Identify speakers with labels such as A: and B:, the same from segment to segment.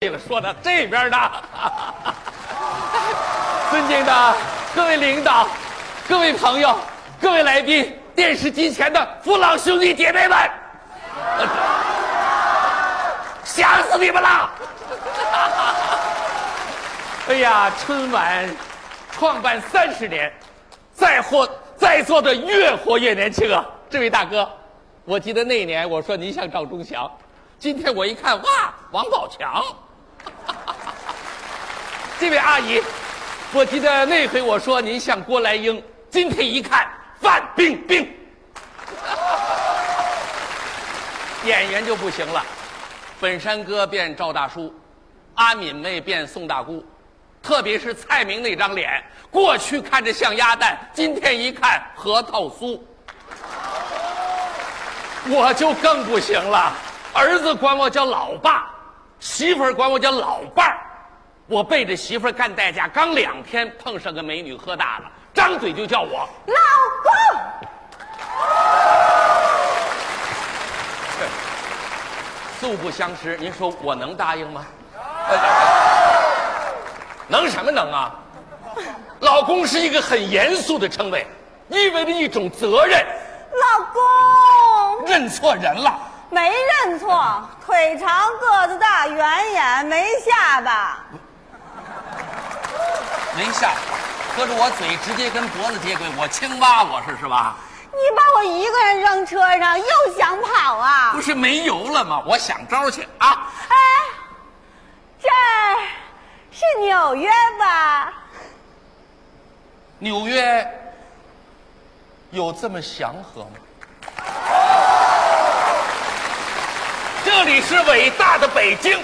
A: 为了说到这边的，尊敬的各位领导、各位朋友、各位来宾、电视机前的父老兄弟姐妹们，想死你们了！哎呀，春晚创办三十年，在活在座的越活越年轻啊！这位大哥，我记得那一年我说您像赵忠祥，今天我一看，哇，王宝强。这位阿姨，我记得那回我说您像郭来英，今天一看范冰冰，演员就不行了，本山哥变赵大叔，阿敏妹变宋大姑，特别是蔡明那张脸，过去看着像鸭蛋，今天一看核桃酥，我就更不行了。儿子管我叫老爸，媳妇儿管我叫老伴儿。我背着媳妇儿干代驾，刚两天碰上个美女喝大了，张嘴就叫我
B: 老公，
A: 素不相识，您说我能答应吗？能什么能啊？老公是一个很严肃的称谓，意味着一种责任。
B: 老公，
A: 认错人了，
B: 没认错，腿长个子大，圆眼没下巴。
A: 没下，合着我嘴直接跟脖子接轨，我青蛙我是是吧？
B: 你把我一个人扔车上，又想跑啊
A: 不？是没油了吗？我想招去啊！
B: 哎，这儿是纽约吧？
A: 纽约有这么祥和吗？这里是伟大的北京，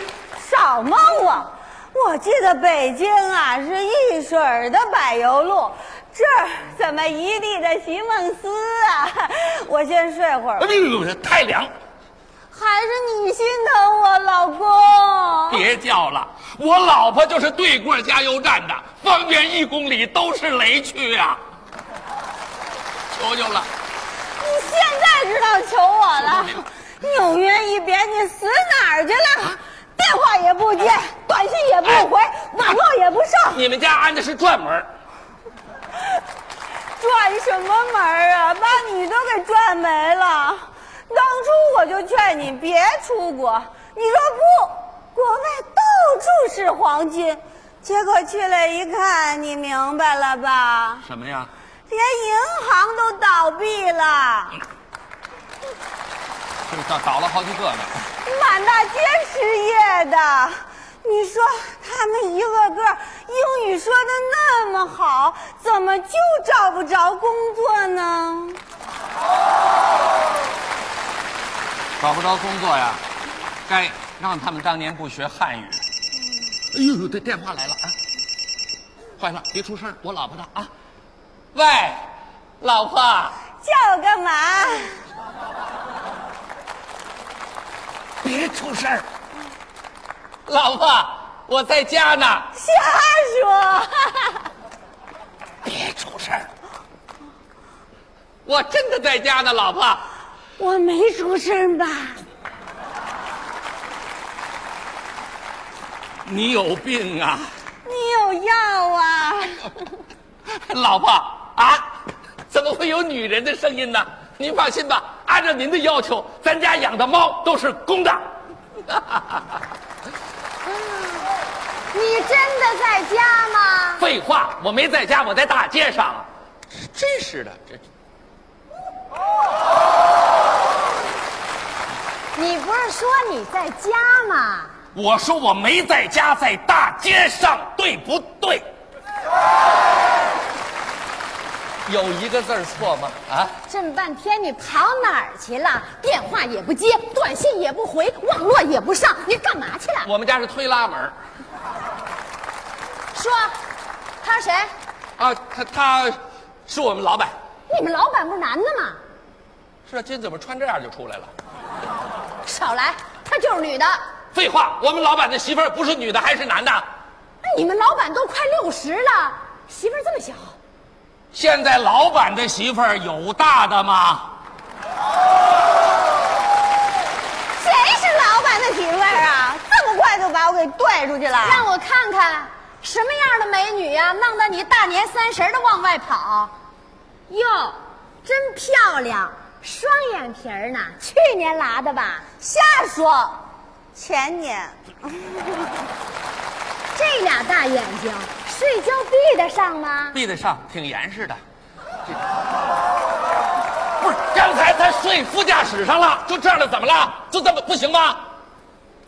B: 少蒙我！我记得北京啊是一水儿的柏油路，这儿怎么一地的席梦思啊？我先睡会儿吧
A: 哎，呦，太凉，
B: 还是你心疼我老公。
A: 别叫了，我老婆就是对过加油站的，方圆一公里都是雷区啊！求求了，
B: 你现在知道求我了？纽约一别，你死哪儿去了？电话也不接，短信也不回，网络也不上，
A: 你们家安的是转门儿，
B: 转什么门儿啊？把你都给转没了。当初我就劝你别出国，你说不，国外到处是黄金。结果去了一看，你明白了吧？
A: 什么呀？
B: 连银行都倒闭了。
A: 这倒倒了好几个呢。
B: 满大街失业的，你说他们一个个英语说的那么好，怎么就找不着工作呢？
A: 找不着工作呀，该让他们当年不学汉语。哎呦呦，这电话来了啊！坏了，别出声儿，我老婆呢啊！喂，老婆，
B: 叫我干嘛？
A: 别出声儿老婆，我在家呢，
B: 瞎说！
A: 别出声儿我真的在家呢，老婆。
B: 我没出声吧？
A: 你有病啊，
B: 你有药啊？
A: 老婆啊！怎么会有女人的声音呢？您放心吧，按照您的要求，咱家养的猫都是公的。
B: 你真的在家吗？
A: 废话，我没在家，我在大街上。真是的，这
B: 你不是说你在家吗？
A: 我说我没在家，在大街上，对不对？有一个字儿错吗？啊，
C: 这么半天你跑哪儿去了？电话也不接，短信也不回，网络也不上，你干嘛去了？
A: 我们家是推拉门儿
C: 说，他是谁？
A: 啊，他他是我们老板。
C: 你们老板不是男的吗？
A: 是啊，今怎么穿这样就出来了？
C: 少来，他就是女的。
A: 废话，我们老板的媳妇儿不是女的还是男的？
C: 那你们老板都快六十了，媳妇儿这么小，
A: 现在老板的媳妇儿有大的吗？
B: 谁是老板的媳妇儿啊？这么快就把我给对拽出去了？
C: 让我看看什么样的美女呀、弄得你大年三十的往外跑。哟，真漂亮，双眼皮儿呢？去年拉的吧？
B: 瞎说，前年
C: 这俩大眼睛，睡觉闭得上吗？
A: 闭得上，挺严实的。这不是，刚才他睡副驾驶上了，就这样了，怎么了？就这么不行吗？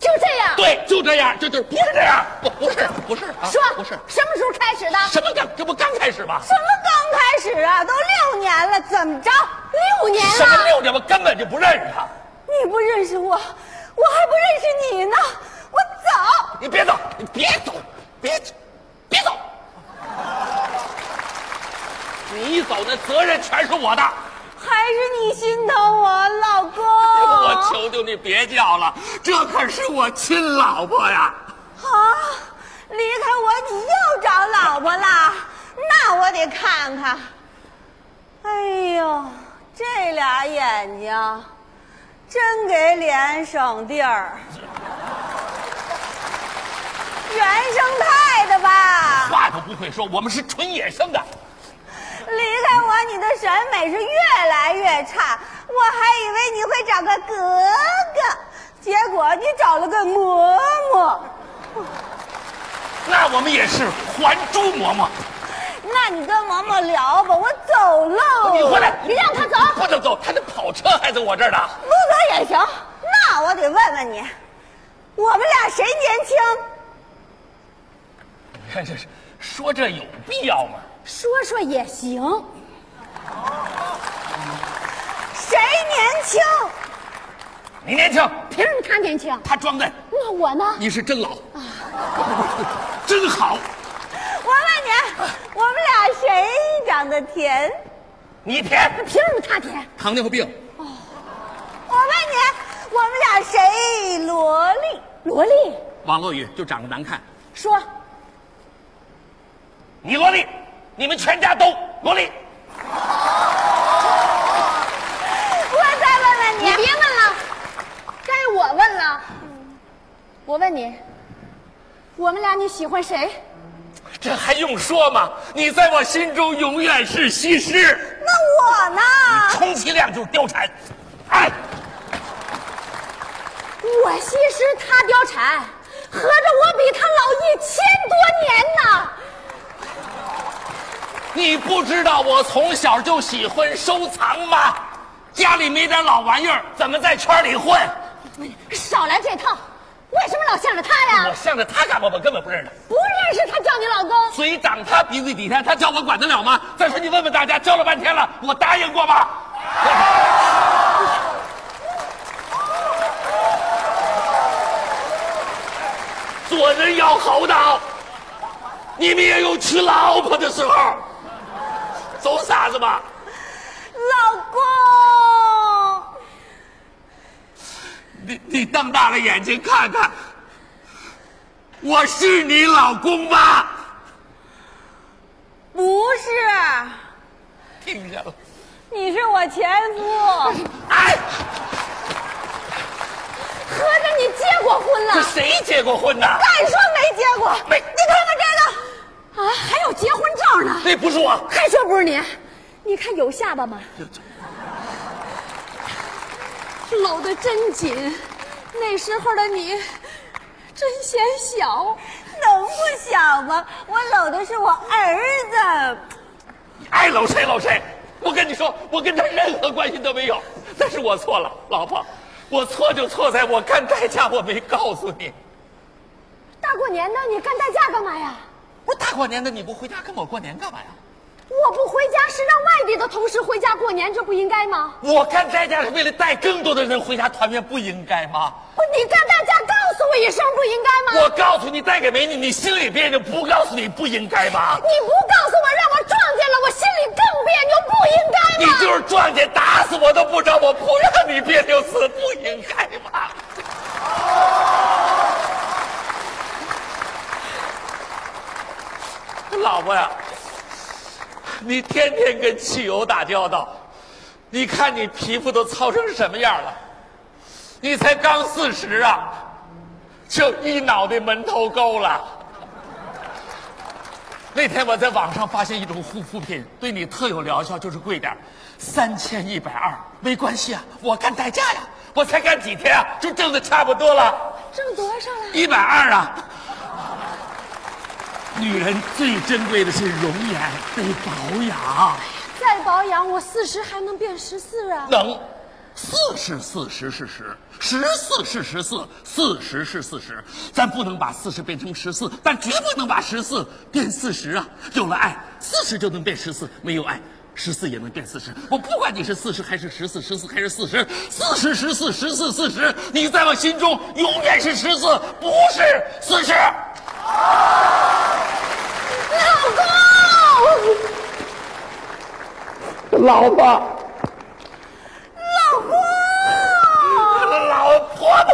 C: 就这样。
A: 对，就这样，就就不是这样，不不是不是啊，
C: 说
A: 不是
C: 什么时候开始的？
A: 什么刚，这不刚开始吗？
B: 什么刚开始啊？都六年了，怎么着？
C: 六年
A: 什么
C: 了。
A: 六年，我根本就不认识他。
B: 你不认识我，我还不认识你呢。我走，
A: 你别走，你别走，别走，别走！你一走，那责任全是我的。
B: 还是你心疼我，老公。
A: 哎我求求你别叫了，这可是我亲老婆呀！
B: 啊，离开我你又找老婆啦？那我得看看。哎呦，这俩眼睛，真给脸省地儿。原生态的吧？
A: 话都不会说，我们是纯野生的。
B: 离开我，你的审美是越来越差。我还以为你会找个格格，结果你找了个嬷嬷。
A: 那我们也是《还珠嬷嬷》。
B: 那你跟嬷嬷聊吧，我走喽。
A: 你回来，
C: 你让他走
A: 不能走，他的跑车还在我这儿呢。
B: 不可也行。那我得问问你，我们俩谁年轻？
A: 你看这是，说这有必要吗？
C: 说说也行，
B: 谁年轻？
A: 你年轻，
C: 凭什么他年轻？
A: 他装嫩，
C: 那我呢？
A: 你是真老，
C: 啊
A: 真好。
B: 我问你，我们俩谁长得甜？
A: 你甜，
C: 凭什么他甜？
A: 糖尿病，
B: 我问你，我们俩谁萝莉？
C: 萝莉
A: 王洛雨就长得难看。
C: 说
A: 你萝莉，你们全家都萝莉。
B: 我再问问
C: 你
B: 你，
C: 别问了，该我问了。我问你，我们俩你喜欢谁？
A: 这还用说吗？你在我心中永远是西施，
B: 那我呢？
A: 充其量就是貂蝉。哎，
C: 我西施，他貂蝉，合着我比他老一千多年呢。
A: 你不知道我从小就喜欢收藏吗？家里没点老玩意儿，怎么在圈里混？
C: 少来这套，为什么老向着他
A: 我
C: 呀？
A: 向着他干嘛？我根本不认识他。
C: 不认识他叫你老公，
A: 嘴长他鼻子底下，他叫我管得了吗？再说你问问大家，叫了半天了，我答应过吗？ 做人要厚道，你们也有娶老婆的时候，走傻子吧。
B: 老公，
A: 你你瞪大了眼睛看看，我是你老公吗？
B: 不是，
A: 听见了。
B: 你是我前夫。
A: 哎，
C: 合着你结过婚了
A: 这？谁结过婚呐？
B: 敢说没结果？
A: 没
B: 你看看这个。
C: 啊，还有结婚照呢？
A: 那不是我。
C: 还说不是你？你看有下巴吗？搂得真紧，那时候的你真显小。
B: 能不小吗？我搂的是我
C: 呃
B: 儿子。
A: 爱搂哎谁搂谁。我跟你说，我跟他任何关系都没有。但是我错了，老婆，我错就错在我干代驾，我没告诉你。
C: 大过年的，你干代驾干嘛呀？
A: 不是大过年的你不回家跟我过年干嘛呀？
C: 我不回家是让外地的同事回家过年，这不应该吗？
A: 我干代驾是为了带更多的人回家团圆，不应该吗？
C: 不，你干代驾告诉我一声不应该吗？
A: 我告诉你，带给美女，你心里别扭；不告诉你，不应该吗？
C: 你不告诉我，让我撞见了，我心里更别扭，不应该
A: 你
C: 吗？
A: 就是撞见打死我都不招，我不让你别扭死，不应该吗？老婆呀，你天天跟汽油打交道，你看你皮肤都糙成什么样了？你才刚四十啊！就一脑袋门头沟了。那天我在网上发现一种护肤品，对你特有疗效，就是贵点儿三千一百二，没关系啊，我干代驾呀，我才干几天啊，就挣的差不多了，
C: 挣多少了？
A: 一百二啊。女人最珍贵的是容颜，得保养。
C: 再保养，我四十还能变十四啊！
A: 能，四是四十是十，十四是十四，四十是四十。咱不能把四十变成十四，但绝不能把十四变四十啊！有了爱，四十就能变十四；没有爱，十四也能变四十。我不管你是四十还是十四，十四还是四十，四十十四十四四十，你在我心中永远是十四，不是四十。
C: 老公，
A: 老婆，
C: 老公，
A: 老婆婆。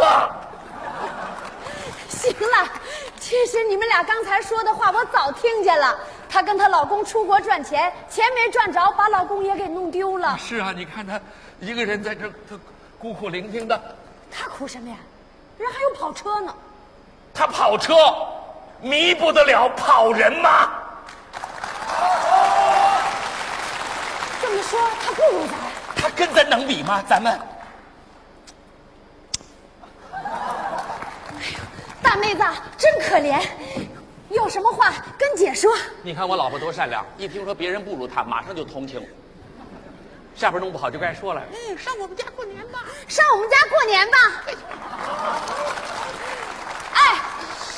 C: 行了，其实你们俩刚才说的话我早听见了。她跟她老公出国赚钱，钱没赚着，把老公也给弄丢了。
A: 是啊，你看她一个人在这，她孤苦伶仃的。
C: 她哭什么呀？人还有跑车呢。
A: 她跑车，弥补得了跑人吗？
C: 这么说，她不如咱。
A: 她跟咱能比吗？咱们
C: 大妹子啊真可怜，有什么话跟姐说。
A: 你看我老婆多善良，一听说别人不如她，马上就同情。下边弄不好就该说了，嗯，上我们家过年吧。
C: 上我们家过年吧。哎，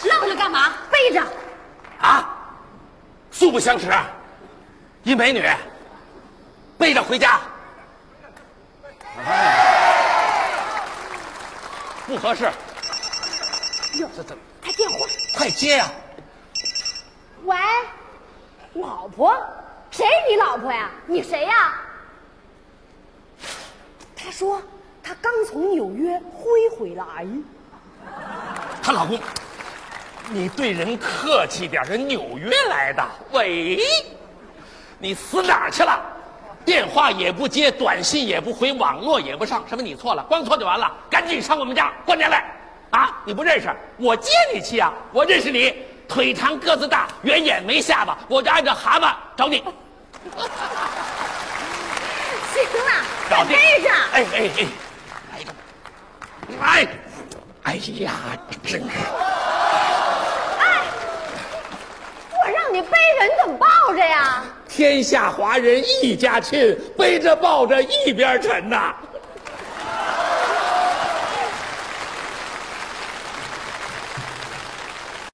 C: 愣着干嘛？背着。
A: 啊，素不相识，啊一美女，背着回家，哎不合适，
C: 哟，
A: 这怎么？
C: 他电话。
A: 快接呀、
C: 喂，老婆，谁是你老婆呀？你谁呀？他说他刚从纽约飞回来。
A: 她老公，你对人客气点儿，人纽约来的。喂，你死哪儿去了？电话也不接，短信也不回，网络也不上，什么你错了，光错就完了，赶紧上我们家过年来。啊，你不认识我接你去啊？我认识你，腿长个子大，圆眼没下巴，我就按照蛤蟆找你。
C: 行了，
A: 搞
C: 快
A: 定
C: 啊背着。
A: 哎哎哎，来一个，来，哎呀，真是。
C: 我让你背着，你怎么抱着呀？
A: 天下华人一家亲，背着抱着一边沉呐、